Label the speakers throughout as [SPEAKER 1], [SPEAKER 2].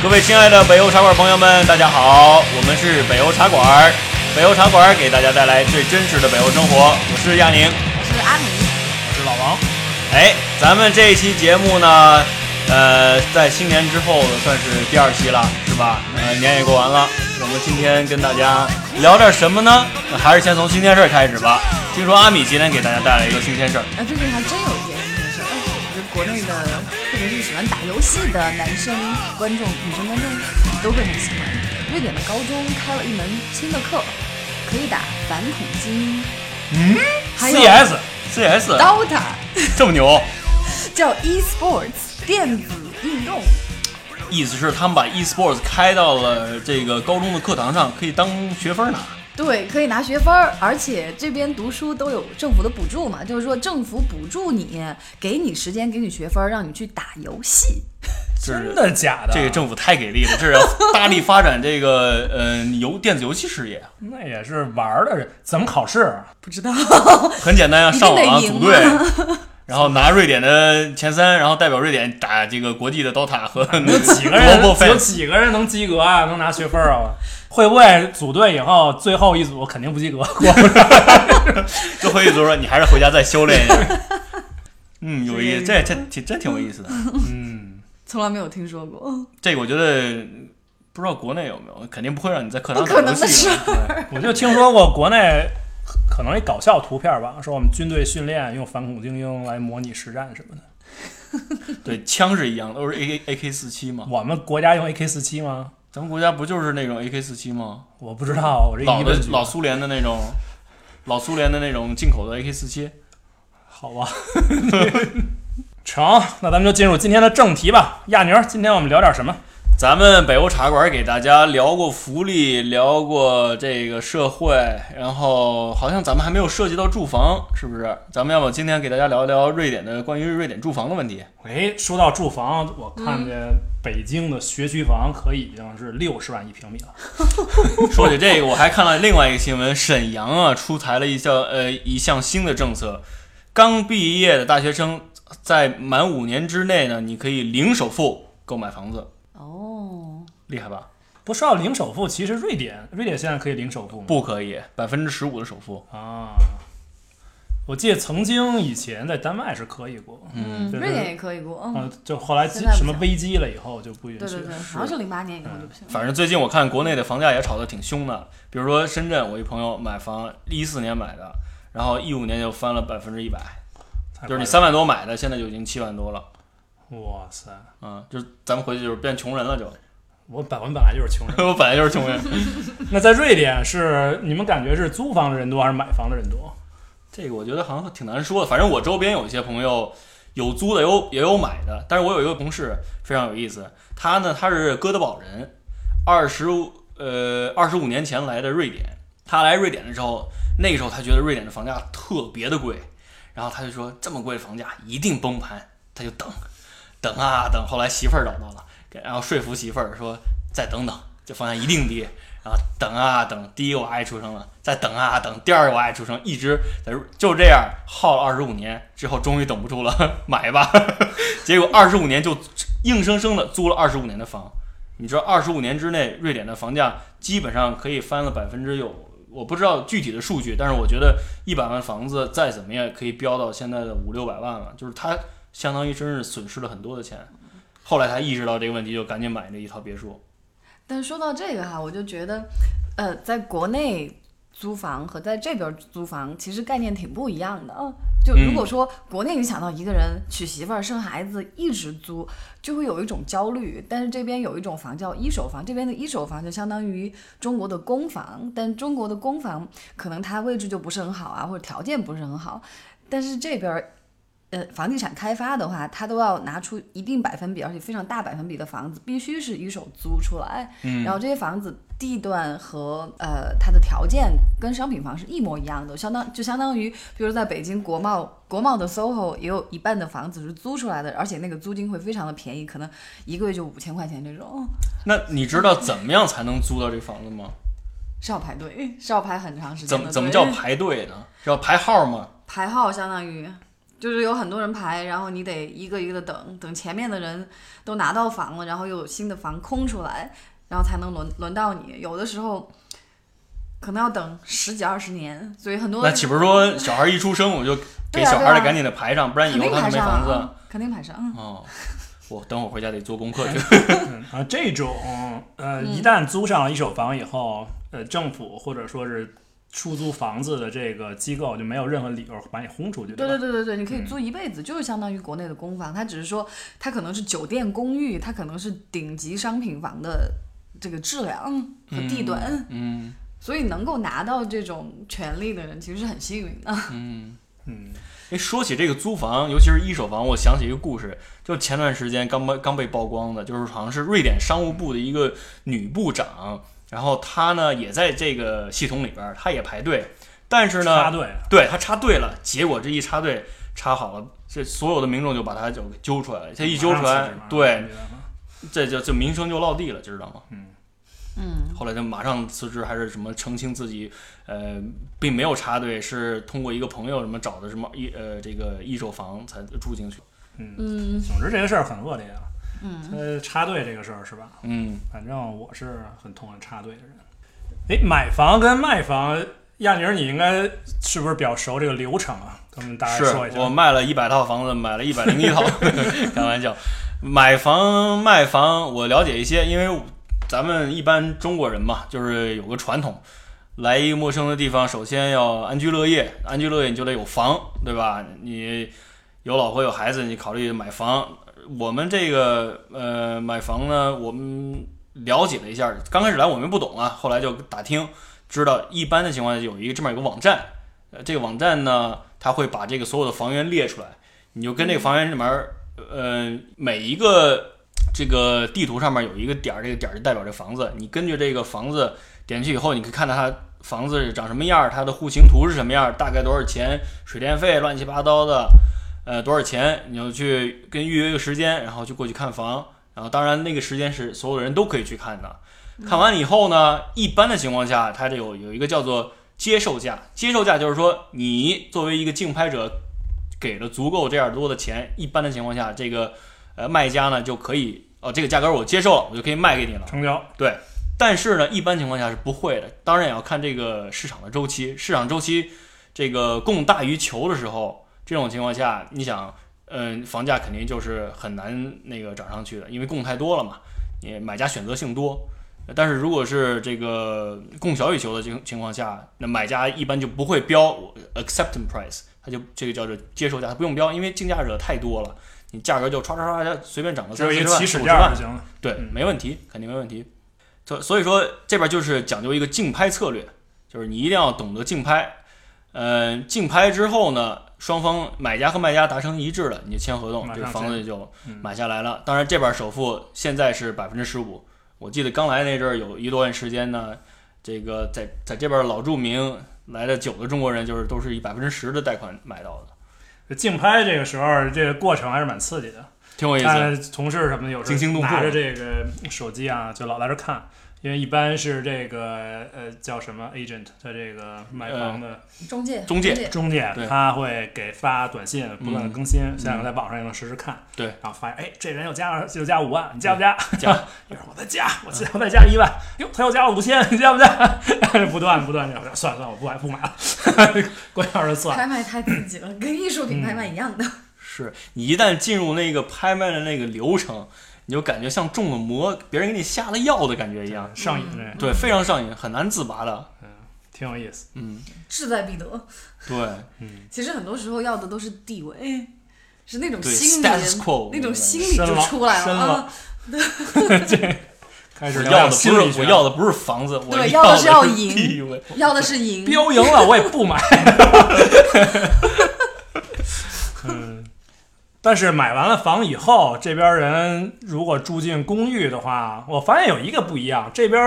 [SPEAKER 1] 各位亲爱的北欧茶馆朋友们，大家好，我们是北欧茶馆。北欧茶馆给大家带来最真实的北欧生活，我是亚宁，
[SPEAKER 2] 我是阿明，
[SPEAKER 3] 我是老王。
[SPEAKER 1] 哎，咱们这一期节目呢，呃，在新年之后算是第二期了，是吧？呃，年也过完了，我们今天跟大家聊点什么呢？还是先从新鲜事儿开始吧。听说阿米今天给大家带来一个新鲜事儿，
[SPEAKER 2] 啊，最近还真有一件事情是，哎，我觉得国内的，特别是喜欢打游戏的男生观众、女生观众都会很喜欢。瑞典的高中开了一门新的课，可以打反恐精、
[SPEAKER 1] 嗯
[SPEAKER 2] 还有
[SPEAKER 1] ，CS CS
[SPEAKER 2] DOTA，
[SPEAKER 1] 这么牛，
[SPEAKER 2] 叫 eSports 电子运动。
[SPEAKER 1] 意思是他们把 esports 开到了这个高中的课堂上，可以当学分拿。
[SPEAKER 2] 对，可以拿学分儿，而且这边读书都有政府的补助嘛，就是说政府补助你，给你时间，给你学分儿，让你去打游戏。
[SPEAKER 1] 这是
[SPEAKER 3] 真的假
[SPEAKER 2] 啊
[SPEAKER 3] 的？
[SPEAKER 1] 这个政府太给力了，这是要大力发展这个呃游电子游戏事 业。
[SPEAKER 3] 那也是玩儿的人，怎么考试？啊
[SPEAKER 2] 不知道，
[SPEAKER 1] 很简单呀、
[SPEAKER 2] 一定
[SPEAKER 1] 上
[SPEAKER 2] 得
[SPEAKER 1] 网啊
[SPEAKER 2] 赢
[SPEAKER 1] 组队， 然后拿瑞典的前三，然后代表瑞典打这个国际的 DOTA 和
[SPEAKER 3] 有几个人
[SPEAKER 1] Global
[SPEAKER 3] 有
[SPEAKER 1] Fest
[SPEAKER 3] 几个人能及格啊？能拿学分儿啊？会不会组队以后最后一组肯定不及 格？过不了。
[SPEAKER 1] 最后一组说你还是回家再修炼一 下。嗯，有意思，这
[SPEAKER 2] 这
[SPEAKER 1] 这挺真挺有意思的。
[SPEAKER 3] 嗯，
[SPEAKER 2] 从来没有听说过。
[SPEAKER 1] 这个我觉得不知道国内有没有，肯定不会让你在课堂
[SPEAKER 2] 不
[SPEAKER 1] 打
[SPEAKER 2] 可能
[SPEAKER 1] 游
[SPEAKER 2] 的
[SPEAKER 1] 戏
[SPEAKER 2] 事
[SPEAKER 1] 的。
[SPEAKER 2] 儿。
[SPEAKER 3] 我就听说过国内可能一搞笑图片吧，说我们军队训练用反恐精英来模拟实战什么的。
[SPEAKER 1] 对，枪是一样的，都是 A K A K 四七嘛。
[SPEAKER 3] 我们国家用 AK 四七吗？
[SPEAKER 1] 咱们国家不就是那种 A K 四七吗？
[SPEAKER 3] 我不知道，我这
[SPEAKER 1] 老
[SPEAKER 3] 疑
[SPEAKER 1] 的
[SPEAKER 3] 问句
[SPEAKER 1] 老苏联的那种，老苏联的那种进口的 A K 四七。
[SPEAKER 3] 好吧。 成，那咱们就进入今天的正题吧。亚宁儿，今天我们聊点什么？
[SPEAKER 1] 咱们北欧茶馆给大家聊过福利，聊过这个社会，然后好像咱们还没有涉及到住房，是不是？咱们要不今天给大家聊一聊瑞典的关于瑞典住房的问题？
[SPEAKER 3] 哎，说到住房，我看
[SPEAKER 2] 嗯
[SPEAKER 3] 见北京的学区房可以已经是六十万一平米了。
[SPEAKER 1] 说起这个，我还看了另外一个新闻，沈阳啊出台了一项呃一项新的政策，刚毕业的大学生在满五年之内呢，你可以零首付购买房子，
[SPEAKER 2] 哦，
[SPEAKER 1] 厉害吧？
[SPEAKER 3] 不说到零首付，其实瑞典，瑞典现在可以零首付吗？
[SPEAKER 1] 不可以，百分之十五的首付。
[SPEAKER 3] 啊，我记得曾经以前在丹麦是可以过，
[SPEAKER 2] 嗯，
[SPEAKER 3] 对
[SPEAKER 2] 瑞
[SPEAKER 3] 对
[SPEAKER 2] 典也可以过，嗯，
[SPEAKER 3] 啊，就后来
[SPEAKER 2] 现在不
[SPEAKER 3] 什么
[SPEAKER 2] 行
[SPEAKER 3] 危机了以后就不允许。
[SPEAKER 2] 对对对，好像是嗯零八年以后就不行了。
[SPEAKER 1] 反正最近我看国内的房价也炒得挺凶的，比如说深圳，我一朋友买房一四年买的，然后一五年就翻了百分之一百，
[SPEAKER 3] 太
[SPEAKER 1] 就是你
[SPEAKER 3] 夸
[SPEAKER 1] 三万多买的，现在就已经七万多了，
[SPEAKER 3] 张了，哇塞，
[SPEAKER 1] 嗯，就是咱们回去就是变穷人了就，
[SPEAKER 3] 我本我本来就是穷人。
[SPEAKER 1] 我本来就是穷人，
[SPEAKER 3] 那在瑞典是你们感觉是租房的人多还是买房的人多？
[SPEAKER 1] 这个我觉得好像挺难说的，反正我周边有一些朋友有租的，有也有买的，但是我有一个同事非常有意思，他呢他是哥德堡人，二十呃二十五年前来的瑞典，他来瑞典的时候，那个时候他觉得瑞典的房价特别的贵，然后他就说这么贵的房价一定崩盘，他就等，等啊等，后来媳妇儿找到了，给然后说服媳妇儿说再等等，这房价一定跌。然后等啊等，第一个我阿姨出生了，再等啊等，第二个我阿姨出生，一直在就这样耗了二十五年，之后终于等不住了， 买吧。结果二十五年就硬生生的租了二十五年的房。你知道二十五年之内，瑞典的房价基本上可以翻了百分之有，我不知道具体的数据，但是我觉得一百万房子再怎么样也可以飙到现在的五六百万了，就是他相当于真是损失了很多的钱。后来他意识到这个问题，就赶紧买了一套别墅。
[SPEAKER 2] 但说到这个哈，我就觉得，呃，在国内租房和在这边租房其实概念挺不一样的啊。就如果说国内你想到一个人娶媳妇儿、生孩子一直租，就会有一种焦虑。但是这边有一种房叫一手房，这边的一手房就相当于中国的公房，但中国的公房可能它位置就不是很好啊，或者条件不是很好。但是这边儿，呃，房地产开发的话，它都要拿出一定百分比，而且非常大百分比的房子必须是一手租出来。
[SPEAKER 1] 嗯
[SPEAKER 2] 然后这些房子地段和呃它的条件跟商品房是一模一样的，相当就相当于，比如在北京国贸国贸的 SOHO 也有一半的房子是租出来的，而且那个租金会非常的便宜，可能一个月就五千块钱这种，哦
[SPEAKER 1] 那你知道怎么样才能租到这房子吗？
[SPEAKER 2] 是要排队，是要排很长时间
[SPEAKER 1] 怎
[SPEAKER 2] 的
[SPEAKER 1] 么
[SPEAKER 2] 队
[SPEAKER 1] 怎么叫排队呢？是要排号吗？
[SPEAKER 2] 排号？相当于就是有很多人排，然后你得一个一个的等，等前面的人都拿到房了，然后又有新的房空出来，然后才能轮轮到你。有的时候可能要等十几二十年，所以很多
[SPEAKER 1] 那岂不是说小孩一出生我就给
[SPEAKER 2] 对啊
[SPEAKER 1] 小
[SPEAKER 2] 对
[SPEAKER 1] 孩儿
[SPEAKER 2] 啊
[SPEAKER 1] 得赶紧得排上，不然
[SPEAKER 2] 肯
[SPEAKER 1] 以后
[SPEAKER 2] 定
[SPEAKER 1] 他
[SPEAKER 2] 排
[SPEAKER 1] 们没
[SPEAKER 2] 上
[SPEAKER 1] 房子。
[SPEAKER 2] 啊，肯定排上。嗯
[SPEAKER 1] 哦， 我等会儿回家得做功课去。
[SPEAKER 3] 嗯啊，这种呃，
[SPEAKER 2] 嗯
[SPEAKER 3] 一旦租上一手房以后，呃，政府或者说是出租房子的这个机构就没有任何理由把你轰出去，
[SPEAKER 2] 对对？
[SPEAKER 3] 吧
[SPEAKER 2] 对对对，你可以租一辈子，就是相当于国内的公房，它只是说它可能是酒店公寓，它可能是顶级商品房的这个质量和地段，
[SPEAKER 1] 嗯
[SPEAKER 2] 所以能够拿到这种权利的人其实是很幸运的。
[SPEAKER 1] 嗯。
[SPEAKER 3] 嗯，
[SPEAKER 1] 哎，说起这个租房，尤其是一手房，我想起一个故事，就前段时间刚被刚被曝光的，就是好像是瑞典商务部的一个女部长，然后她呢也在这个系统里边儿，她也排队，但是
[SPEAKER 3] 插
[SPEAKER 1] 呢，
[SPEAKER 3] 队，啊
[SPEAKER 1] 对她插队了，结果这一插队插好了，这所有的民众就把她就给揪出来了，这一揪出
[SPEAKER 3] 马上
[SPEAKER 1] 来
[SPEAKER 3] 辞职嘛，
[SPEAKER 1] 对，，这就就名声就落地了，知道吗？
[SPEAKER 2] 嗯，
[SPEAKER 1] 后来就马上辞职，还是什么澄清自己，呃，并没有插队，是通过一个朋友什么找的什么一呃这个一手房才住进去。
[SPEAKER 3] 嗯，
[SPEAKER 2] 嗯
[SPEAKER 3] 总之这个事儿很恶劣啊。
[SPEAKER 2] 嗯，
[SPEAKER 3] 呃，插队这个事儿是吧？
[SPEAKER 1] 嗯，
[SPEAKER 3] 反正我是很痛恨插队的人。哎，买房跟卖房，亚宁，你应该是不是比较熟这个流程啊？咱们大概
[SPEAKER 1] 是
[SPEAKER 3] 说一下。
[SPEAKER 1] 我卖了一百套房子，买了一百零 一套，开玩笑。买房卖房我了解一些，因为咱们一般中国人嘛，就是有个传统，来一个陌生的地方，首先要安居乐业，安居乐业你就得有房，对吧？你有老婆有孩子，你考虑买房。我们这个呃买房呢，我们了解了一下，刚开始来我们不懂啊，后来就打听，知道一般的情况下有一个这么有个网站，呃，这个网站呢，它会把这个所有的房源列出来，你就跟这个房源里面儿，呃，每一个这个地图上面有一个点儿，这个点儿就代表这房子，你根据这个房子点进去以后，你可以看到它房子是长什么样儿，它的户型图是什么样儿，大概多少钱，水电费乱七八糟的，呃，多少钱，你就去跟预约一个时间，然后就过去看房，然后当然那个时间是所有人都可以去看的。看完以后呢，一般的情况下，它这有有一个叫做接受价，接受价就是说你作为一个竞拍者，给了足够这样多的钱，一般的情况下，这个呃卖家呢就可以哦，这个价格我接受了，我就可以卖给你了。
[SPEAKER 3] 成交，
[SPEAKER 1] 但是呢，一般情况下是不会的。当然也要看这个市场的周期，市场周期这个供大于求的时候，这种情况下，你想，嗯、房价肯定就是很难那个涨上去的，因为供太多了嘛，你买家选择性多。但是如果是这个供小于求的情情况下，那买家一般就不会标我 acceptance price，他就这个叫做接受价，他不用标，因为竞价者太多了，你价格就唰唰唰随便涨个
[SPEAKER 3] 只有
[SPEAKER 1] 三
[SPEAKER 3] 一
[SPEAKER 1] 十万、
[SPEAKER 3] 个起始
[SPEAKER 1] 五十
[SPEAKER 3] 价
[SPEAKER 1] 万
[SPEAKER 3] 就，行了。
[SPEAKER 1] 对，
[SPEAKER 3] 嗯
[SPEAKER 1] 没问题，肯定没问题。所所以说这边就是讲究一个竞拍策略，就是你一定要懂得竞拍。嗯、竞拍之后呢，双方买家和卖家达成一致了，你就签合同，
[SPEAKER 3] 马
[SPEAKER 1] 这
[SPEAKER 3] 上
[SPEAKER 1] 个房子就
[SPEAKER 3] 嗯
[SPEAKER 1] 买下来了。当然这边首付现在是百分之十五，我记得刚来那阵儿有一段时间呢，这个在在这边老著名来的久的中国人，就是都是以百分之十的贷款买到的，
[SPEAKER 3] 这竞拍这个时候，这个过程还是蛮刺激的。
[SPEAKER 1] 挺有意思。
[SPEAKER 3] 看同事什么的，有时
[SPEAKER 1] 惊心
[SPEAKER 3] 候
[SPEAKER 1] 动魄
[SPEAKER 3] 拿着这个手机啊，就老在这看，因为一般是这个呃叫什么 agent，他这个卖房的
[SPEAKER 2] 中介，
[SPEAKER 1] 中介
[SPEAKER 3] 中介，
[SPEAKER 1] 呃对嗯
[SPEAKER 3] 他会给发短信，不断的更新。现在我在网上也能实时看，
[SPEAKER 1] 对，
[SPEAKER 3] 然后发现哎，这人又加了又加五万，你加不加？
[SPEAKER 1] 加，
[SPEAKER 3] 一会儿我再加，我记得我再加一万，哟，他又加了五千，你加不 加？不断不断，算了算了，我不买不买了， 关键是算了。
[SPEAKER 2] 拍卖太刺激 了，跟艺术品拍卖一样的。
[SPEAKER 1] 是你一旦进入那个拍卖的那个流程，你就感觉像中了魔，别人给你下了药的感觉一样，
[SPEAKER 3] 上瘾这
[SPEAKER 1] 对，非常上瘾，很难自拔的。
[SPEAKER 3] 挺有意思，
[SPEAKER 1] 嗯，
[SPEAKER 2] 志在必得。
[SPEAKER 1] 对
[SPEAKER 2] 其实很多时候要的都是地位，是那种
[SPEAKER 1] 对
[SPEAKER 2] 心理
[SPEAKER 1] ，status quo
[SPEAKER 2] 那种心理
[SPEAKER 3] 深
[SPEAKER 2] 就
[SPEAKER 3] 了
[SPEAKER 2] 出来
[SPEAKER 3] 深
[SPEAKER 2] 了
[SPEAKER 3] 了
[SPEAKER 2] 啊。
[SPEAKER 3] 开
[SPEAKER 1] 我
[SPEAKER 3] 始
[SPEAKER 1] 要的不是我
[SPEAKER 3] 的
[SPEAKER 1] 要的不是房子，我
[SPEAKER 2] 对
[SPEAKER 1] 要
[SPEAKER 2] 要的
[SPEAKER 1] 是
[SPEAKER 2] 是要赢
[SPEAKER 1] 地位。
[SPEAKER 2] 要的是赢，
[SPEAKER 3] 标赢了，我也不买。 嗯，但是买完了房以后，这边人如果住进公寓的话，我发现有一个不一样，这边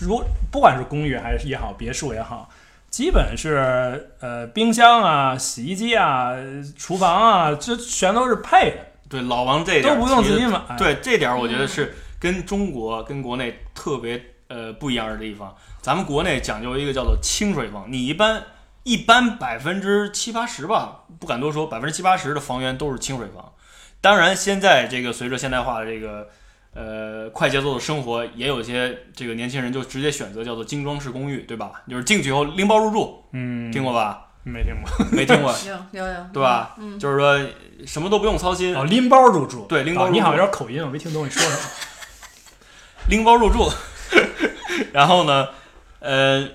[SPEAKER 3] 如不管是公寓还是也好，别墅也好。基本是呃，冰箱啊、洗衣机啊、厨房啊，这全都是配的，
[SPEAKER 1] 对，老王这点
[SPEAKER 3] 都
[SPEAKER 1] 儿
[SPEAKER 3] 不用
[SPEAKER 1] 提
[SPEAKER 3] 自
[SPEAKER 1] 得
[SPEAKER 3] 己买。，
[SPEAKER 1] 对这点，我觉得是跟中国、跟国内特别呃不一样的地方。咱们国内讲究一个叫做清水房，你一般一般百分之七八十吧，不敢多说，百分之七八十的房源都是清水房。当然，现在这个随着现代化的这个呃快节奏的生活，也有一些这个年轻人就直接选择叫做精装式公寓，对吧？就是进去以后拎包入住，
[SPEAKER 3] 嗯，
[SPEAKER 1] 听过吧？
[SPEAKER 3] 没听过？
[SPEAKER 1] 没听 过，
[SPEAKER 2] 有有有，
[SPEAKER 1] 对吧？
[SPEAKER 2] 嗯，
[SPEAKER 1] 就是说什么都不用操心，
[SPEAKER 3] 哦，拎包入住。
[SPEAKER 1] 对拎包
[SPEAKER 3] 哦
[SPEAKER 1] 入
[SPEAKER 3] 你好，
[SPEAKER 1] 住
[SPEAKER 3] 有点口音，我没听懂你说什么。
[SPEAKER 1] 拎包入住。然后呢，呃，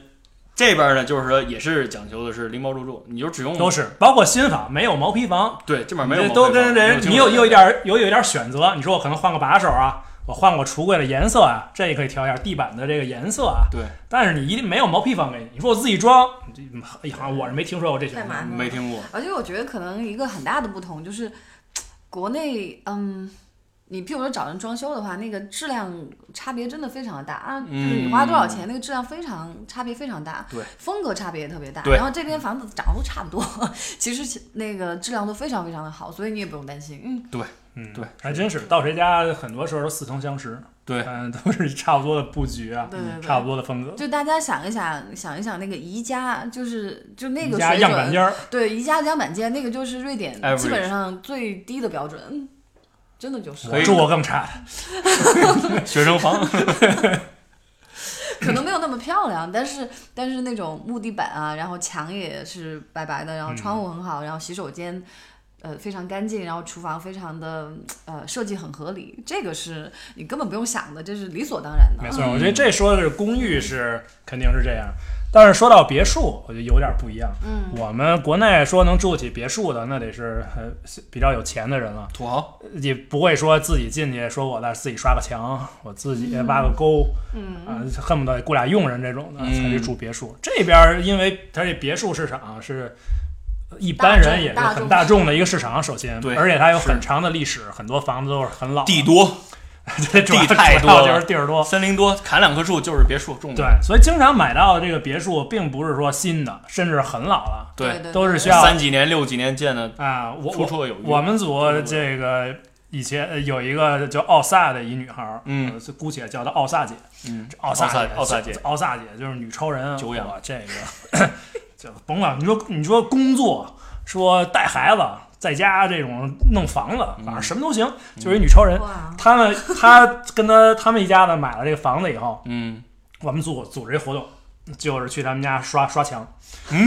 [SPEAKER 1] 这边呢就是说也是讲究的是拎包入住，你就只用
[SPEAKER 3] 都是，包括新房，没有毛坯房，
[SPEAKER 1] 对这边没
[SPEAKER 3] 你
[SPEAKER 1] 有
[SPEAKER 3] 这都跟人你有
[SPEAKER 1] 有
[SPEAKER 3] 有一点儿有有一点儿选择。你说我可能换个把手啊，我换个橱柜的颜色啊，这也可以调一下地板的这个颜色啊。
[SPEAKER 1] 对，
[SPEAKER 3] 但是你一定没有毛坯房给你。你说我自己装，这好像我是没听说过这选
[SPEAKER 2] 太
[SPEAKER 3] 项
[SPEAKER 2] 麻。烦了
[SPEAKER 1] 没听过，
[SPEAKER 2] 而且我觉得可能一个很大的不同就是，国内，嗯，你譬如说找人装修的话，那个质量差别真的非常的大啊，就是你花多少
[SPEAKER 3] 嗯
[SPEAKER 2] 钱，那个质量非常差别非常大，
[SPEAKER 1] 对，
[SPEAKER 2] 风格差别也特别大。
[SPEAKER 1] 对
[SPEAKER 2] 然后这边房子长得都差不多， 其实那个质量都非常非常的好，所以你也不用担心。嗯，
[SPEAKER 3] 嗯，
[SPEAKER 1] 对，
[SPEAKER 3] 还真是到谁家很多时候都似曾相识。
[SPEAKER 1] 对
[SPEAKER 3] 嗯，都是差不多的布局啊，
[SPEAKER 2] 对对对，
[SPEAKER 3] 差不多的风格，
[SPEAKER 2] 就大家想一想，想一想那个宜家，就是就那
[SPEAKER 3] 你
[SPEAKER 2] 个
[SPEAKER 3] 家
[SPEAKER 2] 水
[SPEAKER 3] 样板
[SPEAKER 2] 准，
[SPEAKER 3] 间儿。
[SPEAKER 2] 对，宜家的样板间，那个就是瑞典
[SPEAKER 1] Average
[SPEAKER 2] 基本上最低的标准，嗯真的就是。
[SPEAKER 1] 可
[SPEAKER 3] 我
[SPEAKER 1] 以
[SPEAKER 3] 住过更差的，
[SPEAKER 1] 学生 房
[SPEAKER 2] 可能没有那么漂亮，但是但是那种木地板啊，然后墙也是白白的，然后窗
[SPEAKER 3] 嗯
[SPEAKER 2] 户很好，然后洗手间。呃，非常干净，然后厨房非常的呃设计很合理，这个是你根本不用想的，这是理所当然的。
[SPEAKER 3] 没错，我觉得这说的是公寓是肯定是这样，但是说到别墅，我觉得有点不一样。
[SPEAKER 2] 嗯，
[SPEAKER 3] 我们国内说能住起别墅的，那得是呃比较有钱的人了，
[SPEAKER 1] 土豪，
[SPEAKER 3] 也不会说自己进去说我那儿自己刷个墙，我自己挖个沟，嗯啊、恨不得雇俩佣人这种的
[SPEAKER 1] 嗯
[SPEAKER 3] 才去住别墅。这边儿因为它这别墅市场是。一般人也是
[SPEAKER 2] 大众
[SPEAKER 3] 很大众的一个市场，首先，
[SPEAKER 1] 对
[SPEAKER 3] 而且它有
[SPEAKER 1] 是
[SPEAKER 3] 很长的历史，很多房子都是很老的，
[SPEAKER 1] 地多，
[SPEAKER 3] 对 主要
[SPEAKER 1] 地太
[SPEAKER 3] 主要
[SPEAKER 1] 多了
[SPEAKER 3] 就是地儿多，
[SPEAKER 1] 森林多，砍两棵树就是别墅种的，
[SPEAKER 3] 对，所以经常买到的这个别墅，并不是说新的，甚至很老了
[SPEAKER 2] 对
[SPEAKER 1] 对，
[SPEAKER 2] 对，
[SPEAKER 3] 都是需要
[SPEAKER 1] 三几年、六几年建的，
[SPEAKER 3] 啊。我
[SPEAKER 1] 绰
[SPEAKER 3] 我
[SPEAKER 1] 绰有余。
[SPEAKER 3] 我们组这个以前呃有一个叫奥萨的一女孩儿，
[SPEAKER 1] 嗯
[SPEAKER 3] 呃，姑且叫她奥萨姐。
[SPEAKER 1] 嗯，
[SPEAKER 3] 奥萨姐
[SPEAKER 1] 奥萨姐，
[SPEAKER 3] 奥萨姐就是女超人，
[SPEAKER 1] 久仰
[SPEAKER 3] 哇这个 就甭管你说你说工作，说带孩子，在家这种弄房子，反正
[SPEAKER 1] 嗯
[SPEAKER 3] 什么都行，就是一女超人。
[SPEAKER 2] 哇，
[SPEAKER 3] 他们他跟他他们一家子买了这个房子以后，
[SPEAKER 1] 嗯，
[SPEAKER 3] 我们组组织一活动，就是去他们家刷刷墙，嗯，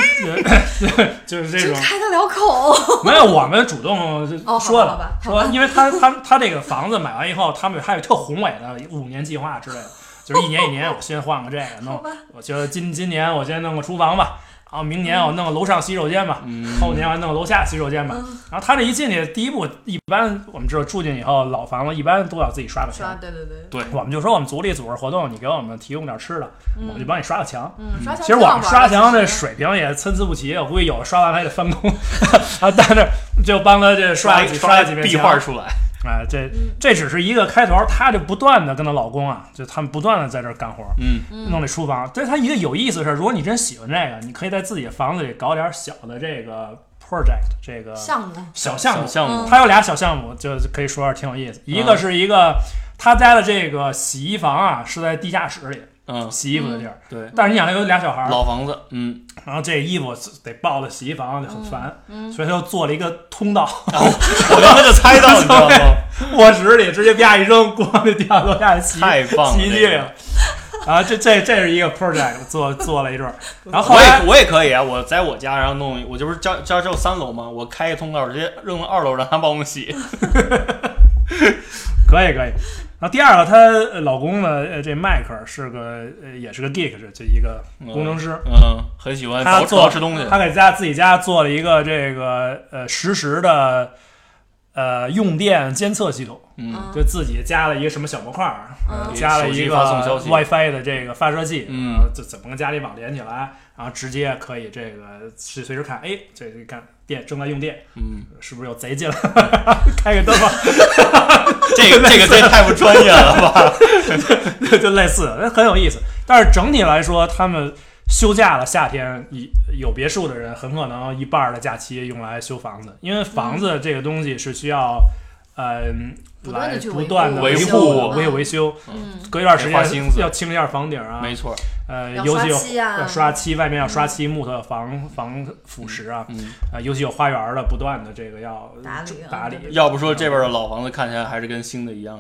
[SPEAKER 3] 就是这
[SPEAKER 2] 真
[SPEAKER 3] 种
[SPEAKER 2] 开得了口。
[SPEAKER 3] 没有我们主动
[SPEAKER 2] 哦，
[SPEAKER 3] 就
[SPEAKER 2] 好吧
[SPEAKER 3] 说
[SPEAKER 2] 好
[SPEAKER 3] 的，
[SPEAKER 2] 吧，好
[SPEAKER 3] 说
[SPEAKER 2] 吧，
[SPEAKER 3] 因为他他他这个房子买完以后，他们还有特宏伟的五年计划之类的，就是一年一年我先换个这个
[SPEAKER 2] 好
[SPEAKER 3] 弄，
[SPEAKER 2] 吧，
[SPEAKER 3] 我觉得今今年我先弄个厨房吧，然后明年我弄个楼上洗手间吧，
[SPEAKER 1] 嗯
[SPEAKER 3] 后年我弄个楼下洗手间吧。
[SPEAKER 2] 嗯，
[SPEAKER 3] 然后他这一进去，第一步一般我们知道住进以后，老房子一般都要自己刷个
[SPEAKER 2] 刷，
[SPEAKER 3] 墙。
[SPEAKER 2] 对对对，
[SPEAKER 3] 我们就说我们组里组织活动，你给我们提供点吃的，我们就
[SPEAKER 2] 嗯
[SPEAKER 3] 帮你刷个墙。
[SPEAKER 2] 嗯，刷墙
[SPEAKER 3] 其实我们刷墙
[SPEAKER 2] 的
[SPEAKER 3] 这水平也参差不齐，我估计有的刷完还得翻工， 啊，但是就帮他这刷
[SPEAKER 1] 一
[SPEAKER 3] 几刷
[SPEAKER 1] 刷
[SPEAKER 3] 了几遍
[SPEAKER 1] 壁
[SPEAKER 3] 墙
[SPEAKER 1] 画出来，
[SPEAKER 3] 啊，这这只是一个开头，她就不断的跟她老公啊，就他们不断的在这儿干活，
[SPEAKER 1] 嗯，
[SPEAKER 3] 弄这厨房。但是她一个有意思的事，如果你真喜欢这个，你可以在自己的房子里搞点小的这个 project，这个
[SPEAKER 2] 项目，
[SPEAKER 3] 小项目
[SPEAKER 1] 小。嗯项
[SPEAKER 2] 嗯
[SPEAKER 1] 目，
[SPEAKER 3] 她有俩小项目，就可以说是挺有意思。一个是一个她家的这个洗衣房啊，是在地下室里
[SPEAKER 1] 嗯，
[SPEAKER 3] 洗衣服的地儿。
[SPEAKER 1] 对，
[SPEAKER 3] 但是你想，她有俩小孩儿，
[SPEAKER 1] 老房子，嗯，
[SPEAKER 3] 然后这衣服得抱到洗衣房就很烦，
[SPEAKER 2] 嗯
[SPEAKER 3] 所以他就做了一个通道，
[SPEAKER 1] 我刚才就猜到，你知道吗？
[SPEAKER 3] 卧室里直接啪一扔，咣就掉楼下去洗
[SPEAKER 1] 太棒了，
[SPEAKER 3] 洗衣机里了。啊，这这这是一个 project 做做了一 阵儿，然后后
[SPEAKER 1] 我
[SPEAKER 3] 来
[SPEAKER 1] 也我也可以啊，我在我家然后弄，我这不是家家只有三楼吗？我开一通道，直接扔到二楼让他帮我洗。
[SPEAKER 3] 可以可以。然后第二个，她呃老公呢，呃这迈克尔是个呃也是个 geek，是这一个 工程师，
[SPEAKER 1] 嗯，很喜欢
[SPEAKER 3] 他
[SPEAKER 1] 早
[SPEAKER 3] 做
[SPEAKER 1] 早吃东西，
[SPEAKER 3] 他给家自己家做了一个这个呃实时的呃用电监测系统，
[SPEAKER 1] 嗯
[SPEAKER 3] 就自己加了一个什么小模块儿，
[SPEAKER 2] 嗯
[SPEAKER 3] 加了一
[SPEAKER 1] 手机
[SPEAKER 3] 个
[SPEAKER 1] 发送消息
[SPEAKER 3] WiFi 的这个发射器，
[SPEAKER 1] 嗯
[SPEAKER 3] 然后就怎么跟家里网连起来，然后直接可以这个是随时看，哎，这这看电正在用电，
[SPEAKER 1] 嗯，
[SPEAKER 3] 是不是有贼进来？ 开个灯吧，
[SPEAKER 1] 这 个这个这太不专业了吧？
[SPEAKER 3] 就类似，那很有意思。但是整体来说，他们休假了，夏天一有别墅的人，很可能一半儿的假期用来修房子，因为房子这个东西是需要，嗯、
[SPEAKER 2] 嗯不断地
[SPEAKER 3] 来
[SPEAKER 2] 去
[SPEAKER 3] 不
[SPEAKER 2] 维
[SPEAKER 3] 断的
[SPEAKER 1] 护维
[SPEAKER 3] 维
[SPEAKER 1] 护
[SPEAKER 3] 维维修，
[SPEAKER 2] 嗯
[SPEAKER 3] 隔一段时
[SPEAKER 1] 得花
[SPEAKER 3] 间
[SPEAKER 1] 心思
[SPEAKER 3] 要清一下房顶啊，
[SPEAKER 1] 没错，
[SPEAKER 3] 呃，
[SPEAKER 2] 要
[SPEAKER 3] 尤
[SPEAKER 2] 刷
[SPEAKER 3] 其有
[SPEAKER 2] 漆啊
[SPEAKER 3] 要刷漆，外面要刷漆，木头防防腐蚀啊，
[SPEAKER 1] 嗯，
[SPEAKER 3] 啊，尤其有花园儿的，不断的这个要
[SPEAKER 2] 打理啊
[SPEAKER 3] 打理。
[SPEAKER 1] 要不说这边的老房子看起来还是跟新的一样，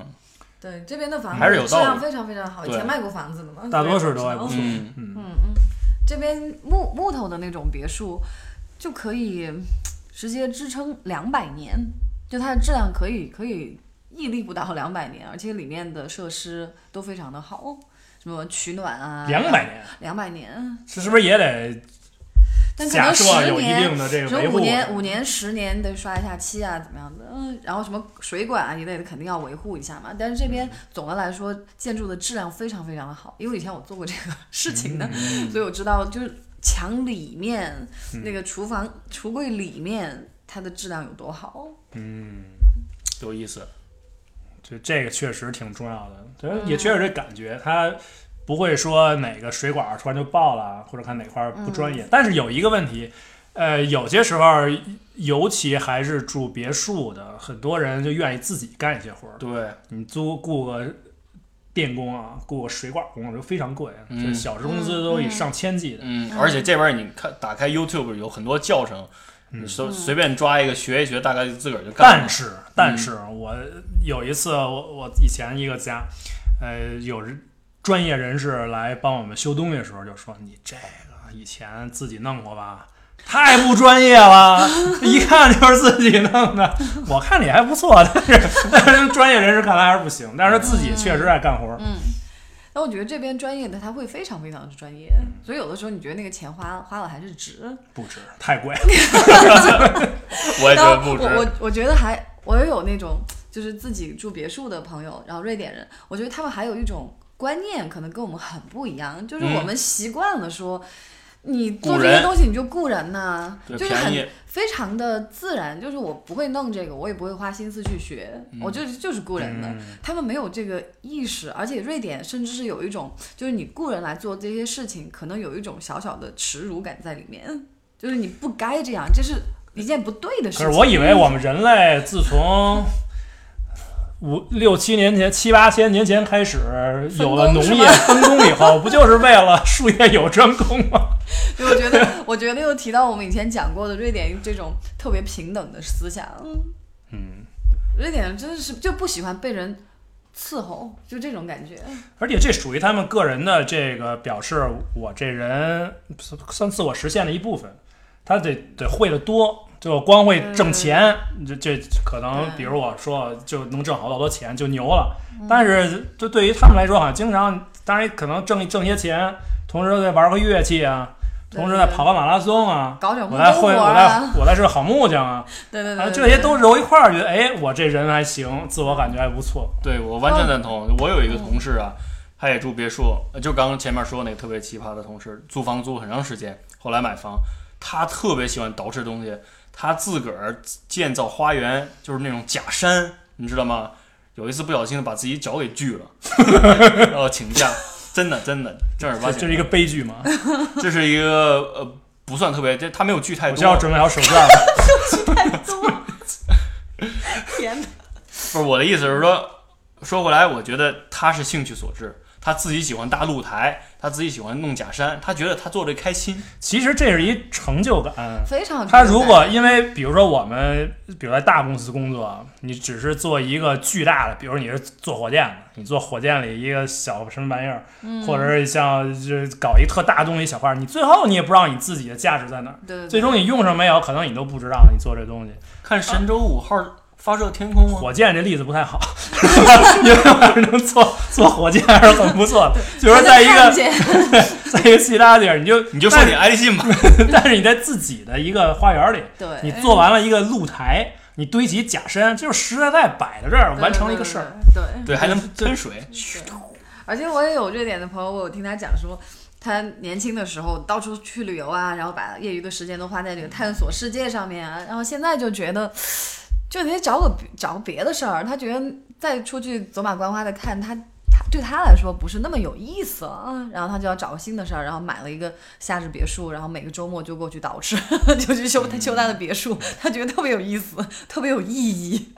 [SPEAKER 2] 对这边的房子
[SPEAKER 1] 还是有
[SPEAKER 2] 质
[SPEAKER 1] 道理
[SPEAKER 2] 量非常非常好，以
[SPEAKER 1] 对
[SPEAKER 2] 前卖过房子的嘛，
[SPEAKER 3] 大多数
[SPEAKER 2] 对
[SPEAKER 3] 都还不错。
[SPEAKER 1] 嗯
[SPEAKER 2] 嗯
[SPEAKER 3] 嗯，
[SPEAKER 2] 嗯，这边木木头的那种别墅就可以直接支撑两百年，就它的质量可以可以屹立不倒两百年，而且里面的设施都非常的好，什么取暖啊，
[SPEAKER 3] 两百年，
[SPEAKER 2] 两百年，
[SPEAKER 3] 这是不是也得
[SPEAKER 2] 但可
[SPEAKER 3] 假
[SPEAKER 2] 能十
[SPEAKER 3] 设有一
[SPEAKER 2] 年。
[SPEAKER 3] 定的这
[SPEAKER 2] 什
[SPEAKER 3] 个
[SPEAKER 2] 么
[SPEAKER 3] 维
[SPEAKER 2] 五
[SPEAKER 3] 护？啊
[SPEAKER 2] 年、五年、十年得刷一下漆啊，怎么样的？嗯，然后什么水管啊一类的肯定要维护一下嘛。但是这
[SPEAKER 3] 嗯
[SPEAKER 2] 边总的来说，建筑的质量非常非常的好，因为以前我做过这 个事情的，
[SPEAKER 3] 嗯
[SPEAKER 2] 所以我知道，就是墙里面、那个厨房橱柜里面，它的质量有多好。
[SPEAKER 1] 有意思。
[SPEAKER 3] 就这个确实挺重要的，这也确实这感觉，它不会说哪个水管儿突然就爆了，或者看哪块儿不专业。
[SPEAKER 2] 嗯
[SPEAKER 3] 但是有一个问题，呃，有些时候，尤其还是住别墅的，很多人就愿意自己干一些活儿。
[SPEAKER 1] 对，
[SPEAKER 3] 你租雇个电工啊，雇个水管工啊，就非常贵，
[SPEAKER 1] 嗯
[SPEAKER 3] 这小时工资都以上千计的。
[SPEAKER 1] 嗯，
[SPEAKER 2] 嗯
[SPEAKER 1] 而且这边你看，打开 YouTube 有很多教程，你随随便抓一个学一学，大概就自个儿就干
[SPEAKER 3] 嗯但
[SPEAKER 1] 了。
[SPEAKER 3] 是，但是我有一次，我我以前一个家，呃，有人专业人士来帮我们修东西的时候，就说你这个以前自己弄过吧。 太不专业了，一看就是自己弄的。 我看你还不错，但是 但是专业人士看来还是不行。但是自己确实爱干活儿，
[SPEAKER 2] 嗯，但我觉得这边专业的他会非常非常的专业，
[SPEAKER 3] 嗯
[SPEAKER 2] 所以有的时候你觉得那个钱花花了还是值。
[SPEAKER 3] 不值，太贵。
[SPEAKER 1] 我也觉
[SPEAKER 2] 然
[SPEAKER 1] 得
[SPEAKER 2] 后
[SPEAKER 1] 不值
[SPEAKER 2] 我。我我觉得还我也有那种就是自己住别墅的朋友，然后瑞典人，我觉得他们还有一种观念，可能跟我们很不一样，就是
[SPEAKER 1] 嗯
[SPEAKER 2] 我们习惯了说。你做
[SPEAKER 1] 雇
[SPEAKER 2] 这些
[SPEAKER 1] 人
[SPEAKER 2] 东西你就雇人呐、
[SPEAKER 1] 对
[SPEAKER 2] 就是
[SPEAKER 1] 便
[SPEAKER 2] 很
[SPEAKER 1] 宜
[SPEAKER 2] 非常的自然，就是我不会弄这个，我也不会花心思去学，
[SPEAKER 1] 嗯
[SPEAKER 2] 我就就是雇
[SPEAKER 3] 嗯
[SPEAKER 2] 人的。他们没有这个意识，而且瑞典甚至是有一种，就是你雇人来做这些事情，可能有一种小小的耻辱感在里面，嗯就是你不该这样，这是一件不对的事
[SPEAKER 3] 可
[SPEAKER 2] 情。
[SPEAKER 3] 是我以 为我们人类自从呃五六七年前、七八千年前开始有了农业分工以后，不就是为了术业有专攻吗？
[SPEAKER 2] 对，我觉得，我觉得又提到我们以前讲过的瑞典这种特别平等的思想，
[SPEAKER 3] 嗯，
[SPEAKER 2] 瑞典人真的是就不喜欢被人伺候，就这种感觉。
[SPEAKER 3] 而且这属于他们个人的这个表示，我这人算自我实现的一部分，他得得会的多。就光会挣钱，
[SPEAKER 2] 嗯
[SPEAKER 3] 这这可能，
[SPEAKER 2] 对
[SPEAKER 3] 比如我说就能挣好多好多钱就牛了，
[SPEAKER 2] 嗯
[SPEAKER 3] 但是就对于他们来说，好像经常，当然可能挣挣些钱，同时再玩个乐器啊，同时再
[SPEAKER 2] 对
[SPEAKER 3] 跑个马拉松啊，
[SPEAKER 2] 搞点
[SPEAKER 3] 我
[SPEAKER 2] 木工
[SPEAKER 3] 再
[SPEAKER 2] 嗯活
[SPEAKER 3] 会，我
[SPEAKER 2] 儿
[SPEAKER 3] 再
[SPEAKER 2] 啊，
[SPEAKER 3] 我再是个好木匠啊，
[SPEAKER 2] 对对对
[SPEAKER 3] 啊，
[SPEAKER 2] 对，
[SPEAKER 3] 这些都
[SPEAKER 2] 是
[SPEAKER 3] 揉一块儿，觉得哎，我这人还行，自我感觉还不错。
[SPEAKER 1] 对我完全赞同。我有一个同事啊，他也住别墅，呃就刚刚前面说那个特别奇葩的同事，租房租很长时间，后来买房，他特别喜欢捯饬东西，他自个儿建造花园，就是那种假山，你知道吗？ 有一次不小心把自己脚给锯了， 然后请假，真的真的正儿八
[SPEAKER 3] 这
[SPEAKER 1] 经，
[SPEAKER 3] 这是一个悲剧嘛？
[SPEAKER 1] 这是一个呃不算特别，这他没有锯太
[SPEAKER 3] 我需要
[SPEAKER 1] 多，
[SPEAKER 3] 准备好手绢了。
[SPEAKER 2] 天哪，
[SPEAKER 1] 不是我的意思是说，说回来，我觉得他是兴趣所致，他自己喜欢搭露台，他自己喜欢弄假山，他觉得他做这开心。
[SPEAKER 3] 其实这是一成就感。
[SPEAKER 2] 非常
[SPEAKER 3] 他如果因为比如说我们，比如在大公司工作，你只是做一个巨大的，比如你是做火箭的，你做火箭里一个小什么玩意儿，或者是像就是搞一特大东西小块儿，你最后你也不知道你自己的价值在哪儿。
[SPEAKER 2] 对对对
[SPEAKER 3] 最终你用上没有，可能你都不知道你做这东西。
[SPEAKER 1] 看神舟五号发射天空吗？
[SPEAKER 3] 火箭这例子不太好，因为我是能做做火箭还是很不错的。就是说在一
[SPEAKER 2] 看
[SPEAKER 3] 个
[SPEAKER 2] 见
[SPEAKER 3] 在一个其他地儿，你就
[SPEAKER 1] 你就说你爱立信吧。
[SPEAKER 3] 但，但是你在自己的一个花园里，
[SPEAKER 2] 对，
[SPEAKER 3] 你做完了一个露台，你堆起假山，就是实实在在摆在这儿，
[SPEAKER 2] 对
[SPEAKER 3] 完成了一个事儿。，
[SPEAKER 2] 对对对。
[SPEAKER 1] 对，还能喷水。
[SPEAKER 2] 对而且我也有瑞典的朋友，我有听他讲说，他年轻的时候到处去旅游啊，然后把业余的时间都花在这个探索世界上面啊，然后现在就觉得，就得找个找个别的事儿。他觉得再出去走马观花的看他。他对他来说不是那么有意思啊，然后他就要找个新的事儿，然后买了一个夏日别墅，然后每个周末就过去 捯饬，就去修他修他的别墅，他觉得特别有意思，特别有意义。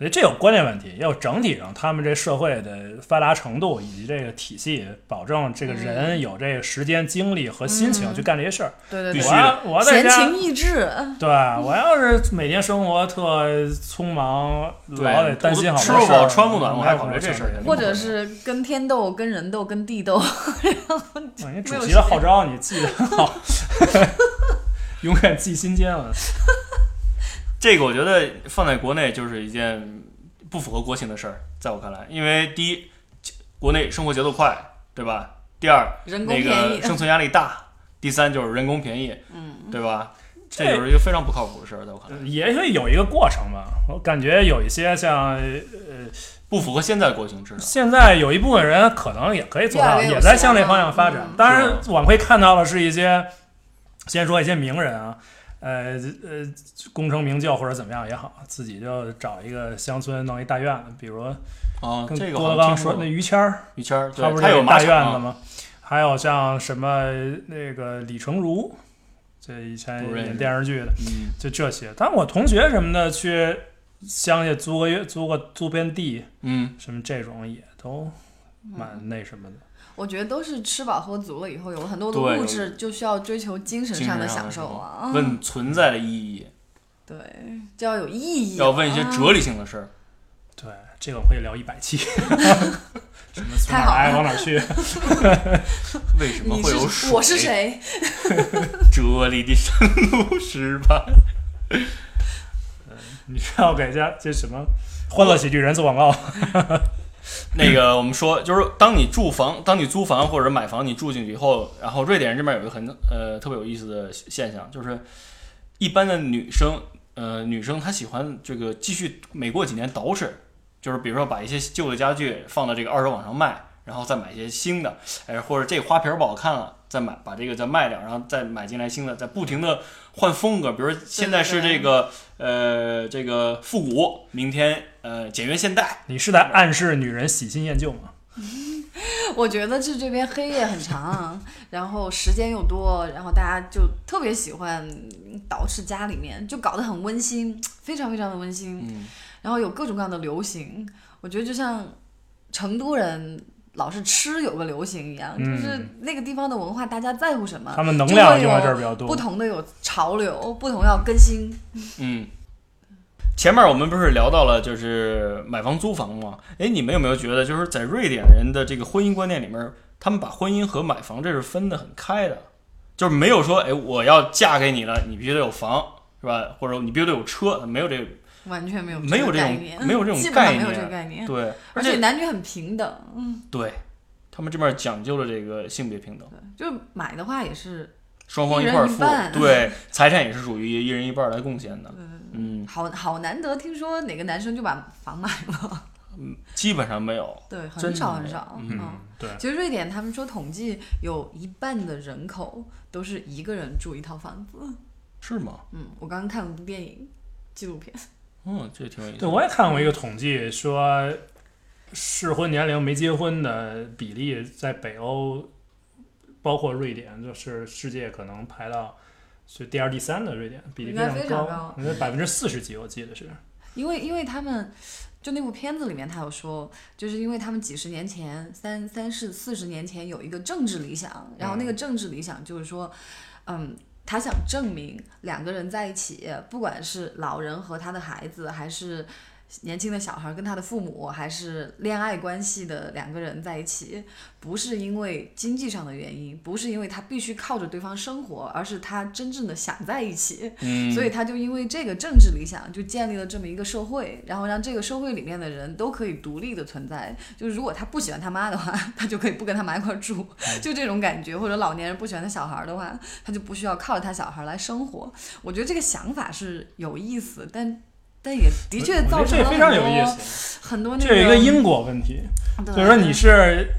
[SPEAKER 3] 所以这有观念问题，也有整体上他们这社会的发达程度以及这个体系，保证这个人有这个时间、精力和心情
[SPEAKER 2] 嗯
[SPEAKER 3] 去干这些事儿。
[SPEAKER 2] 对对
[SPEAKER 1] 必须
[SPEAKER 2] 对
[SPEAKER 3] 我，要我要在
[SPEAKER 2] 闲
[SPEAKER 3] 家，
[SPEAKER 2] 情逸致，
[SPEAKER 3] 对我要是每天生活特匆忙，
[SPEAKER 1] 对
[SPEAKER 3] 老得担心好多
[SPEAKER 1] 吃不
[SPEAKER 3] 事儿
[SPEAKER 1] 饱穿不暖我还
[SPEAKER 3] 考
[SPEAKER 1] 考
[SPEAKER 3] 虑
[SPEAKER 1] 虑这事儿去
[SPEAKER 2] 或者是跟天斗、跟人斗、跟地斗，
[SPEAKER 3] 啊你主席的号召你记得好， 永远记心间了。
[SPEAKER 1] 这个我觉得放在国内就是一件不符合国情的事儿，在我看来，因为第一，国内生活节奏快，对吧？第二，
[SPEAKER 2] 人工
[SPEAKER 1] 那
[SPEAKER 2] 便宜
[SPEAKER 1] 个。生存压力大；第三就是人工便宜，
[SPEAKER 2] 嗯，
[SPEAKER 1] 对吧？
[SPEAKER 3] 这
[SPEAKER 1] 这就是一个非常不靠谱的事儿，在我看来，
[SPEAKER 3] 呃也许有一个过程吧，我感觉有一些像
[SPEAKER 1] 不符合现在的国情制度。
[SPEAKER 3] 现在有一部分人可能也可以做
[SPEAKER 2] 越
[SPEAKER 3] 到，
[SPEAKER 2] 来越有
[SPEAKER 3] 也在向这方向发展
[SPEAKER 2] 希望。嗯
[SPEAKER 3] 当然
[SPEAKER 1] 是吧，
[SPEAKER 3] 往会看到的是一些，先说一些名人啊，呃呃，功成名就或者怎么样也好，啊自己就找一个乡村弄一大院子，比如
[SPEAKER 1] 啊，
[SPEAKER 3] 跟
[SPEAKER 1] 这个
[SPEAKER 3] 郭
[SPEAKER 1] 好像
[SPEAKER 3] 德纲
[SPEAKER 1] 听说
[SPEAKER 3] 说
[SPEAKER 1] 过
[SPEAKER 3] 那于谦儿，
[SPEAKER 1] 于谦儿，
[SPEAKER 3] 他
[SPEAKER 1] 对，
[SPEAKER 3] 不是
[SPEAKER 1] 他有
[SPEAKER 3] 有
[SPEAKER 1] 马
[SPEAKER 3] 大院
[SPEAKER 1] 场啊
[SPEAKER 3] 子
[SPEAKER 1] 吗？
[SPEAKER 3] 吗？还有像什么呃那个李成儒，这以前
[SPEAKER 1] 不认识
[SPEAKER 3] 演电视剧的。
[SPEAKER 1] 嗯，
[SPEAKER 3] 就这些。但我同学什么的去乡下租个月租个租片地，
[SPEAKER 1] 嗯，
[SPEAKER 3] 什么这种也都蛮那什么的。
[SPEAKER 2] 我觉得都是吃饱喝足了以后，有很多的
[SPEAKER 1] 对
[SPEAKER 2] 物质就需要追求精神上的享受啊。
[SPEAKER 1] 问存在的意义，
[SPEAKER 2] 对，就要有意义。
[SPEAKER 1] 要问一些
[SPEAKER 2] 啊
[SPEAKER 1] 哲理性的事儿。
[SPEAKER 3] 对，这个我们可以聊一百期。什么从
[SPEAKER 2] 太
[SPEAKER 3] 哪
[SPEAKER 2] 好
[SPEAKER 3] 儿
[SPEAKER 2] 了
[SPEAKER 3] 来往哪儿去？
[SPEAKER 1] 为什么
[SPEAKER 2] 你
[SPEAKER 1] 会有
[SPEAKER 2] 是我是
[SPEAKER 1] 水
[SPEAKER 2] 谁？
[SPEAKER 1] 哲理的山 路十八。
[SPEAKER 3] 你是要给家这什么欢乐喜剧人做广告？
[SPEAKER 1] 那个我们说，就是当你住房，当你租房或者买房，你住进去以后，然后瑞典人这边有一个很呃特别有意思的现象，就是一般的女生，呃，女生她喜欢这个继续每过几年捯饬，就是比如说把一些旧的家具放到这个二手网上卖，然后再买一些新的，哎，或者这个花瓶不好看了，再买把这个再卖掉，然后再买进来新的，再不停的换风格。比如说现在是
[SPEAKER 2] 对对
[SPEAKER 1] 这个呃这个复古，明天呃简约现代，
[SPEAKER 3] 你是在暗示女人喜新厌旧吗？
[SPEAKER 2] 我觉得这这边黑夜很长，然后时间又多，然后大家就特别喜欢捯饬家里面，就搞得很温馨，非常非常的温馨。
[SPEAKER 1] 嗯，
[SPEAKER 2] 然后有各种各样的流行，我觉得就像成都人老是吃有个流行一样，
[SPEAKER 3] 嗯
[SPEAKER 2] 就是那个地方的文化，大家在乎什么
[SPEAKER 3] 他，们能量用
[SPEAKER 2] 啊就会
[SPEAKER 3] 在
[SPEAKER 2] 有
[SPEAKER 3] 这儿比较
[SPEAKER 2] 不
[SPEAKER 3] 多。
[SPEAKER 2] 同的有潮流，不同要更新。
[SPEAKER 1] 嗯，前面我们不是聊到了就是买房租房吗？哎，你们有没有觉得就是在瑞典人的这个婚姻观念里面，他们把婚姻和买房这是分得很开的，就是没有说哎我要嫁给你了，你必须得有房是吧？或者你必须得有车，没有这个
[SPEAKER 2] 完全没有
[SPEAKER 1] 没有
[SPEAKER 2] 这
[SPEAKER 1] 这
[SPEAKER 2] 个
[SPEAKER 1] 种
[SPEAKER 2] 概念，
[SPEAKER 1] 没有这种
[SPEAKER 2] 基本上
[SPEAKER 1] 概
[SPEAKER 2] 没有
[SPEAKER 1] 念
[SPEAKER 2] 这个概念，
[SPEAKER 1] 对，
[SPEAKER 2] 嗯而
[SPEAKER 1] 而
[SPEAKER 2] 且
[SPEAKER 1] 且
[SPEAKER 2] 男女很平等，嗯，
[SPEAKER 1] 对他们这边讲究了这个性别平等，
[SPEAKER 2] 对，就是买的话也是，
[SPEAKER 1] 双方块儿
[SPEAKER 2] 一
[SPEAKER 1] 付
[SPEAKER 2] 人一，半啊
[SPEAKER 1] 对，财产也是属于一人一半儿来贡献的，
[SPEAKER 2] 嗯，
[SPEAKER 1] 嗯，
[SPEAKER 2] 好好难得听说哪个男生就把房买了，
[SPEAKER 1] 基本上没有，
[SPEAKER 2] 对，
[SPEAKER 1] 真
[SPEAKER 2] 很
[SPEAKER 1] 的没
[SPEAKER 2] 少很
[SPEAKER 1] 有
[SPEAKER 2] 少，
[SPEAKER 1] 嗯
[SPEAKER 3] 嗯，对，
[SPEAKER 2] 其实瑞典他们说统计有一半的人口都是一个人住一套房子。
[SPEAKER 1] 是吗？
[SPEAKER 2] 嗯，我刚刚看了部电影，纪录片。
[SPEAKER 1] 嗯，这挺有意思
[SPEAKER 3] 对
[SPEAKER 1] 的，
[SPEAKER 3] 我也看过一个统计说，适婚年龄没结婚的比例在北欧，包括瑞典，就是世界可能排到是第二、第三的瑞典比例
[SPEAKER 2] 应该
[SPEAKER 3] 常
[SPEAKER 2] 非常
[SPEAKER 3] 高
[SPEAKER 2] 高，
[SPEAKER 3] 百分之四十几，我记得是。
[SPEAKER 2] 因为因为他们就那部片子里面，他有说，就是因为他们几十年前三三四四十年前有一个政治理想，然后那个政治理想就是说，嗯。他想证明两个人在一起，不管是老人和他的孩子，还是年轻的小孩跟他的父母，还是恋爱关系的两个人在一起，不是因为经济上的原因，不是因为他必须靠着对方生活，而是他真正的想在一起。
[SPEAKER 1] 嗯，
[SPEAKER 2] 所以他就因为这个政治理想，就建立了这么一个社会，然后让这个社会里面的人都可以独立的存在。就是如果他不喜欢他妈的话， 他就可以不跟他妈一块儿住，
[SPEAKER 3] 嗯
[SPEAKER 2] 就这种感觉。或者老年人不喜欢他小孩儿的话，他就不需要靠着他小孩儿来生活。我觉得这个想法是有意思，但但也的确
[SPEAKER 3] 我觉
[SPEAKER 2] 造
[SPEAKER 3] 得
[SPEAKER 2] 成
[SPEAKER 3] 这
[SPEAKER 2] 了
[SPEAKER 3] 非
[SPEAKER 2] 很
[SPEAKER 3] 常有意
[SPEAKER 2] 多
[SPEAKER 3] 思。
[SPEAKER 2] 很多那
[SPEAKER 3] 这有一个因果问题，
[SPEAKER 2] 对
[SPEAKER 3] 就是说你是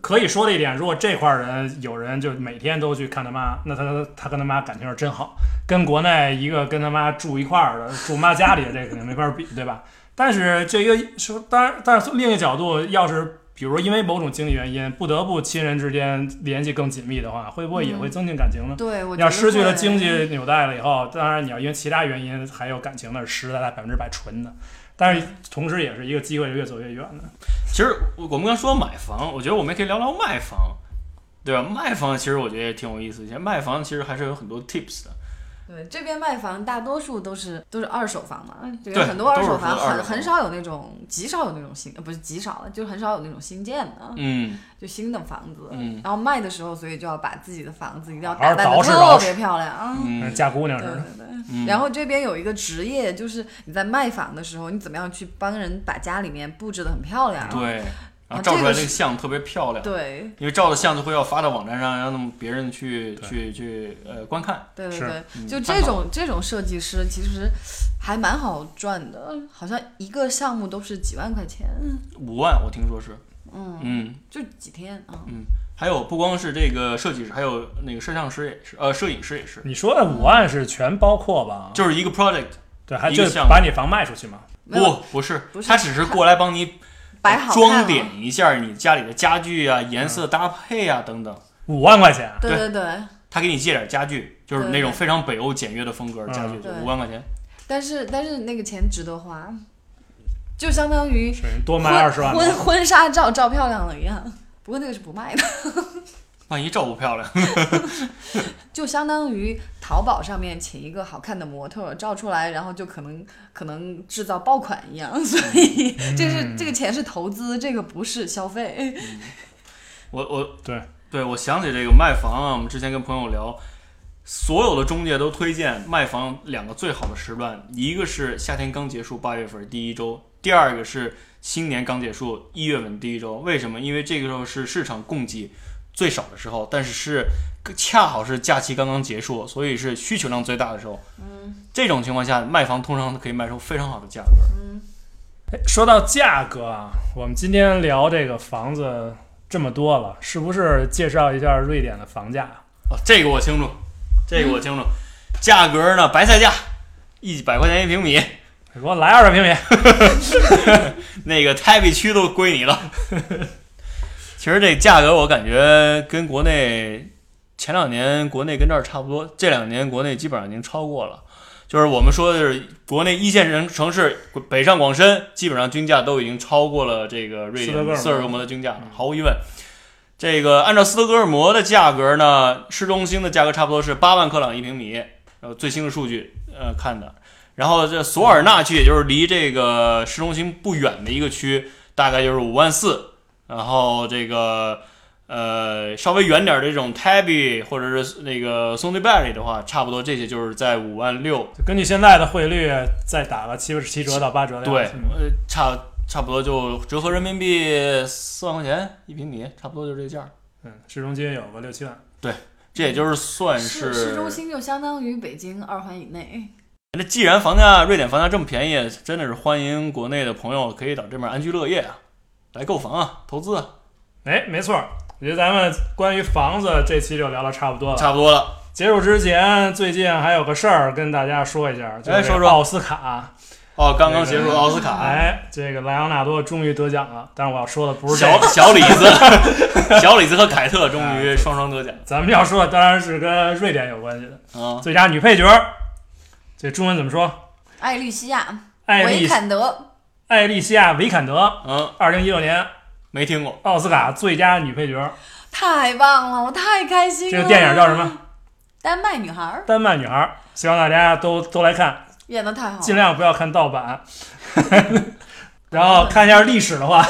[SPEAKER 3] 可以说的一点，如果这块儿人有人就每天都去看他妈，那他他跟他妈感情是真好，跟国内一个跟他妈住一块儿的住妈家里的这肯定没法比，对吧？但是这个说，当然，但是从另一个角度，要是比如说因为某种经济原因，不得不亲人之间联系更紧密的话，会不会也会增进感情呢？
[SPEAKER 2] 对嗯我
[SPEAKER 3] 你要失去了
[SPEAKER 2] 会
[SPEAKER 3] 经济纽带了以后，当然你要因为其他原因还有感情，那是实在在百分之百纯的。但是同时也是一个机会，越走越远的。
[SPEAKER 1] 其实我我们刚说买房，我觉得我们也可以聊聊卖房，对吧？卖房其实我觉得也挺有意思，其实卖房其实还是有很多 tips 的。
[SPEAKER 2] 对，这边卖房大多数都是都是二手房嘛，这
[SPEAKER 1] 嗯对
[SPEAKER 2] 边很多二手
[SPEAKER 1] 都是说二手
[SPEAKER 2] 很
[SPEAKER 1] 房
[SPEAKER 2] 很少有那种极少有那种新，呃不是极少了，就是很少有那种新建的，
[SPEAKER 1] 嗯
[SPEAKER 2] 就新的房子。
[SPEAKER 1] 嗯
[SPEAKER 2] 然后卖的时候，所以就要把自己的房子一定要
[SPEAKER 3] 玩
[SPEAKER 2] 打
[SPEAKER 3] 儿
[SPEAKER 2] 扮的
[SPEAKER 3] 捯饬捯
[SPEAKER 2] 特
[SPEAKER 3] 饬
[SPEAKER 2] 别漂亮啊。
[SPEAKER 1] 嗯
[SPEAKER 3] 嫁姑娘
[SPEAKER 2] 对
[SPEAKER 3] 似
[SPEAKER 2] 对
[SPEAKER 3] 的，
[SPEAKER 2] 对。
[SPEAKER 1] 嗯，
[SPEAKER 2] 然后这边有一个职业，就是你在卖房的时候，你怎么样去帮人把家里面布置的很漂亮？
[SPEAKER 1] 对，然后
[SPEAKER 2] 啊
[SPEAKER 1] 照
[SPEAKER 2] 这
[SPEAKER 1] 出来
[SPEAKER 2] 个
[SPEAKER 1] 这个
[SPEAKER 2] 是
[SPEAKER 1] 像特别漂亮。
[SPEAKER 2] 对
[SPEAKER 1] 因为照的像就会要发到网站上，让他们别人去
[SPEAKER 3] 对
[SPEAKER 1] 去去呃观看。
[SPEAKER 2] 对对
[SPEAKER 3] 是
[SPEAKER 2] 对，
[SPEAKER 1] 嗯
[SPEAKER 2] 就
[SPEAKER 1] 探
[SPEAKER 2] 这
[SPEAKER 1] 讨
[SPEAKER 2] 种这种设计师其实还蛮好赚的，好像一个项目都是几万块钱，
[SPEAKER 1] 五万，我听说是，
[SPEAKER 2] 嗯，
[SPEAKER 1] 嗯，
[SPEAKER 2] 就几天啊。
[SPEAKER 1] 还有不光是这个设计师，还有那个摄像师也是，呃，摄影师也
[SPEAKER 2] 嗯
[SPEAKER 1] 是，
[SPEAKER 3] 你说的五万是全包括吧？
[SPEAKER 1] 就是一个 project，
[SPEAKER 3] 对，还
[SPEAKER 1] 一个
[SPEAKER 3] 就
[SPEAKER 1] 项目
[SPEAKER 3] 把你房卖出去嘛。
[SPEAKER 2] 没有
[SPEAKER 1] 不不是，
[SPEAKER 2] 不是
[SPEAKER 1] 他只是过来帮你
[SPEAKER 2] 摆好看啊
[SPEAKER 1] 装
[SPEAKER 2] 了
[SPEAKER 1] 点一下你家里的家具啊、颜色搭配啊等等。
[SPEAKER 3] 五万块钱，
[SPEAKER 2] 对
[SPEAKER 1] 对
[SPEAKER 2] 对对，
[SPEAKER 1] 他给你借点家具，就是那种
[SPEAKER 2] 对对
[SPEAKER 1] 非常北欧简约的风格的家具，
[SPEAKER 3] 嗯
[SPEAKER 1] 就
[SPEAKER 2] 对
[SPEAKER 1] 五万块钱。
[SPEAKER 2] 但是但是那个钱值得花，就相当于
[SPEAKER 3] 是人多
[SPEAKER 2] 婚
[SPEAKER 3] 卖二十万吧。
[SPEAKER 2] 婚婚纱照照漂亮了一样。不过那个是不卖的，
[SPEAKER 1] 万一照不漂亮，
[SPEAKER 2] 就相当于淘宝上面请一个好看的模特儿照出来，然后就可能可能制造爆款一样。 所以
[SPEAKER 3] 嗯
[SPEAKER 2] 这是、这个钱是投资，这个不是消费。
[SPEAKER 1] 我我
[SPEAKER 3] 对
[SPEAKER 1] 对，我想起这个卖房啊，我们之前跟朋友聊，所有的中介都推荐卖房两个最好的时段，一个是夏天刚结束八月份第一周，第二个是新年刚结束一月份第一周。为什么？因为这个时候是市场供给最少的时候，但是是恰好是假期刚刚结束，所以是需求量最大的时候。嗯，这种情况下，卖房通常可以卖出非常好的价格。
[SPEAKER 3] 哎说到价格啊，我们今天聊这个房子这么多了，是不是介绍一下瑞典的房价？啊
[SPEAKER 1] 哦，这个我清楚，这个我清楚。价格呢，白菜价，一百块钱一平米。
[SPEAKER 3] 给我来二百平米，
[SPEAKER 1] 那个 t a b 区都归你了。 其实这价格我感觉跟国内前两年国内跟这儿差不多，这两年国内基本上已经超过了。就是我们说的是国内一线城城市，北上广深基本上均价都已经超过了这个瑞
[SPEAKER 3] 斯德哥尔摩
[SPEAKER 1] 典斯德哥尔摩的均价了
[SPEAKER 3] 嗯，
[SPEAKER 1] 毫无疑问。这个按照斯德哥尔摩的价格呢，市中心的价格差不多是八万克朗一平米，呃，最新的数据呃看的。然后这索尔纳区，也就是离这个市中心不远的一个区，大概就是五万四。然后这个呃稍微远点儿的这种 Tabby 或者是那个 s o n d y b a r r y 的话，差不多这些就是在五万六，
[SPEAKER 3] 就根据现在的汇率再打个七七折到八折的
[SPEAKER 1] 对
[SPEAKER 3] 样子。嗯，
[SPEAKER 1] 呃差差不多就折合人民币四万块钱一平米，差不多就这价儿。
[SPEAKER 3] 嗯，市中心有个六七万，
[SPEAKER 1] 这也就是算
[SPEAKER 2] 市
[SPEAKER 1] 是
[SPEAKER 2] 市中心就相当于北京二环以内。
[SPEAKER 1] 那既然房价瑞典房价这么便宜，真的是欢迎国内的朋友可以到这边安居乐业啊，来购房啊，投资啊，
[SPEAKER 3] 哎，没错儿。我觉得咱们关于房子这期就聊的差不多了。
[SPEAKER 1] 差不多了。
[SPEAKER 3] 结束之前，最近还有个事儿跟大家说一下，就是
[SPEAKER 1] 哎说说
[SPEAKER 3] 奥斯卡，
[SPEAKER 1] 哦，刚刚结束的奥斯卡，
[SPEAKER 3] 哎，这个莱昂纳多终于得奖了。但是我要说的不是 这
[SPEAKER 1] 小
[SPEAKER 3] 个，
[SPEAKER 1] 小李子， 小李子和凯特终于双双得奖
[SPEAKER 3] 咱们要说的当然是跟瑞典有关系的
[SPEAKER 1] 啊！
[SPEAKER 3] 最佳女配角儿，这中文怎么说？
[SPEAKER 2] 艾丽西亚
[SPEAKER 3] 艾
[SPEAKER 2] 维
[SPEAKER 3] 丽
[SPEAKER 2] 坎德，
[SPEAKER 3] 艾丽西亚·维坎德，
[SPEAKER 1] 嗯，
[SPEAKER 3] 二零一六年
[SPEAKER 1] 没听过
[SPEAKER 3] 奥斯卡最佳女配角儿。
[SPEAKER 2] 太棒了，我太开心了。
[SPEAKER 3] 这个电影叫什么？
[SPEAKER 2] 丹麦女孩儿
[SPEAKER 3] 丹麦女孩儿，希望大家都都来看，
[SPEAKER 2] 演的太好
[SPEAKER 3] 尽
[SPEAKER 2] 了，
[SPEAKER 3] 量不要看盗版。 然后看一下历史的话，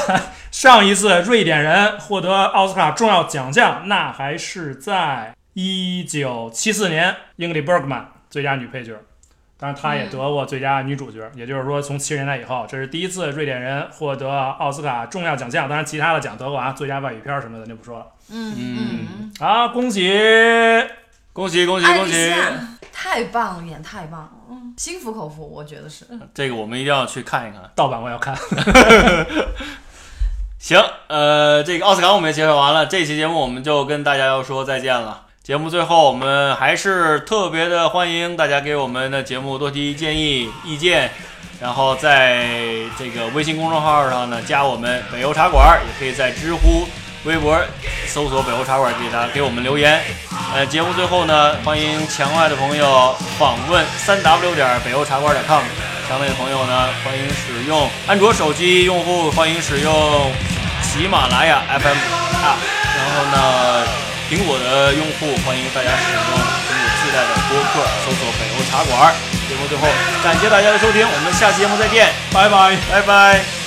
[SPEAKER 3] 上一次瑞典人获得奥斯卡重要奖项，那还是在一九七四年，英格丽·伯格曼最佳女配角。当然，她也得过最佳女主角，也就是说，从七十年代以后，这是第一次瑞典人获得奥斯卡重要奖项。当然，其他的奖得过啊，最佳外语片儿什么的就不说了。
[SPEAKER 2] 嗯
[SPEAKER 1] 嗯
[SPEAKER 2] 嗯
[SPEAKER 3] 好，恭喜
[SPEAKER 1] 恭喜恭
[SPEAKER 2] 嗯，
[SPEAKER 1] 喜
[SPEAKER 2] 艾
[SPEAKER 1] 恭
[SPEAKER 2] 丽西
[SPEAKER 1] 喜！
[SPEAKER 2] 亚太棒了，演得太棒了，嗯心服口服，我觉得是。
[SPEAKER 1] 这个我们一定要去看一看。
[SPEAKER 3] 盗版，我要看。
[SPEAKER 1] 行，呃，这个奥斯卡我们也介绍完了，这期节目我们就跟大家要说再见了。节目最后，我们还是特别的欢迎大家给我们的节目多提建议、意见，然后在这个微信公众号上呢加我们北欧茶馆，也可以在知乎、微博搜索北欧茶馆，给大家给我们留言。呃，节目最后呢，欢迎墙外的朋友访问三 w 点北欧茶馆点 com，想位的朋友呢，欢迎使用安卓手机用户，欢迎使用喜马拉雅 FM app。然后呢，苹果的用户欢迎大家使用苹果自带的播客，搜索北欧茶馆。节目最后，感谢大家的收听，我们下期节目再见，
[SPEAKER 3] 拜拜。
[SPEAKER 1] 拜拜。